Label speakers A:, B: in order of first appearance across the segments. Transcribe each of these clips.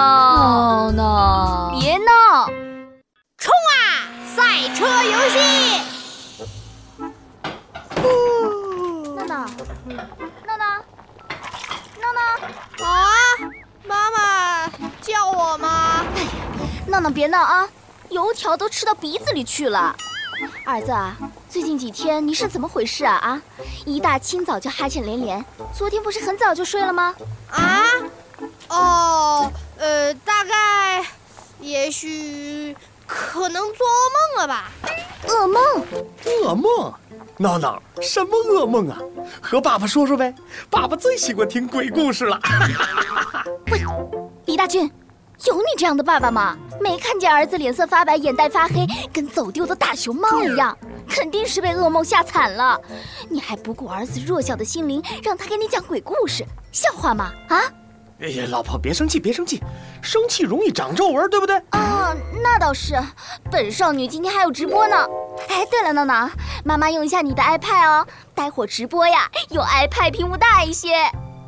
A: 闹闹，
B: 别闹！冲啊！赛车游戏！
A: 闹闹，闹闹，闹闹，
B: 啊，妈妈叫我吗？
A: 闹闹，别闹啊！油条都吃到鼻子里去了。儿子啊，最近几天你是怎么回事啊？啊，一大清早就哈欠连连，昨天不是很早就睡了吗？
B: 啊？哦，呃，大概，也许，可能做噩梦了吧？
A: 噩梦，
C: 噩梦，闹闹，什么噩梦啊？和爸爸说说呗，爸爸最喜欢听鬼故事了。
A: 李大俊，有你这样的爸爸吗？没看见儿子脸色发白、眼袋发黑，跟走丢的大熊猫一样，肯定是被噩梦吓惨了。你还不顾儿子弱小的心灵，让他给你讲鬼故事，像话吗？啊？
C: 哎呀，老婆别生气，别生气，生气容易长皱纹，对不对？
A: 啊，那倒是，本少女今天还有直播呢。哎，对了，闹闹，妈妈用一下你的 iPad 哦，待会儿直播呀，用 iPad 屏幕大一些。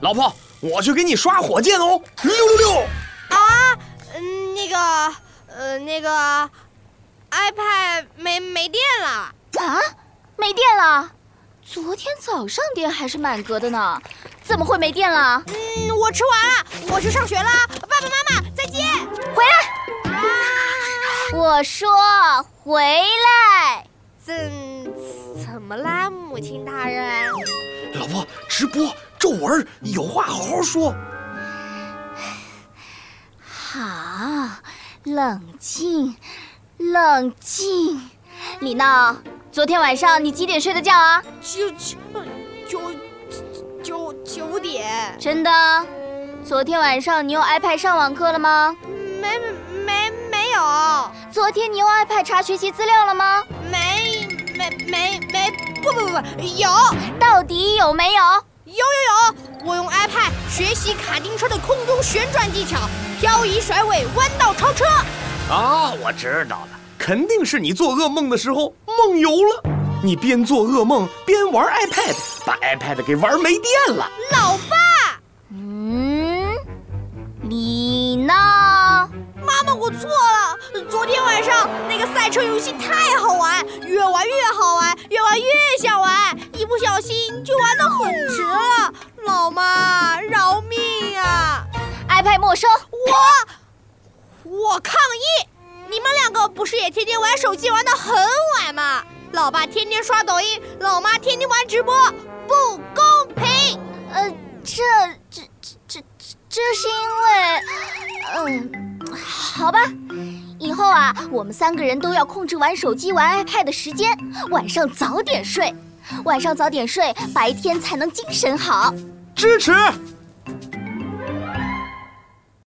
C: 老婆，我去给你刷火箭哦，六六六！
B: 嗯，那个，呃，那个，iPad 没没电了。
A: 啊，没电了？昨天早上电还是满格的呢，怎么会没电了？
B: 嗯，我吃完了，我去上学了，爸爸妈妈再见。
A: 回来！我说回来，
B: 怎怎么啦，母亲大人？
C: 老婆，直播皱纹，有话好好说。
A: 好，冷静，冷静。李闹，昨天晚上你几点睡的觉啊？
B: 九九九九九点？
A: 真的？昨天晚上你用 iPad 上网课了吗？
B: 没没没有，
A: 昨天你用 iPad 查学习资料了吗？
B: 没没没没，不不不不，有
A: 到底有没有？
B: 有有有，我用 iPad 学习卡丁车的空中旋转技巧，漂移、甩尾、弯道超车。
C: 啊，我知道了，肯定是你做噩梦的时候梦游了。你边做噩梦边玩 iPad，把 iPad 给玩没电了。
B: 老爸，
A: 嗯，李闹，
B: 妈妈，我错了，昨天晚上那个赛车游戏太好玩，越玩越好玩，越玩越想玩，一不小心就玩得很迟了。老妈，饶命啊！
A: iPad 没收。
B: 我我抗议！你们两个不是也天天玩手机玩到很晚吗？老爸天天刷抖音，老妈天天玩直播，不公平！
A: 呃，这这这这这是因为，嗯、好吧，以后啊，我们三个人都要控制玩手机、玩 iPad 的时间，晚上早点睡，晚上早点睡，白天才能精神好。
C: 支持。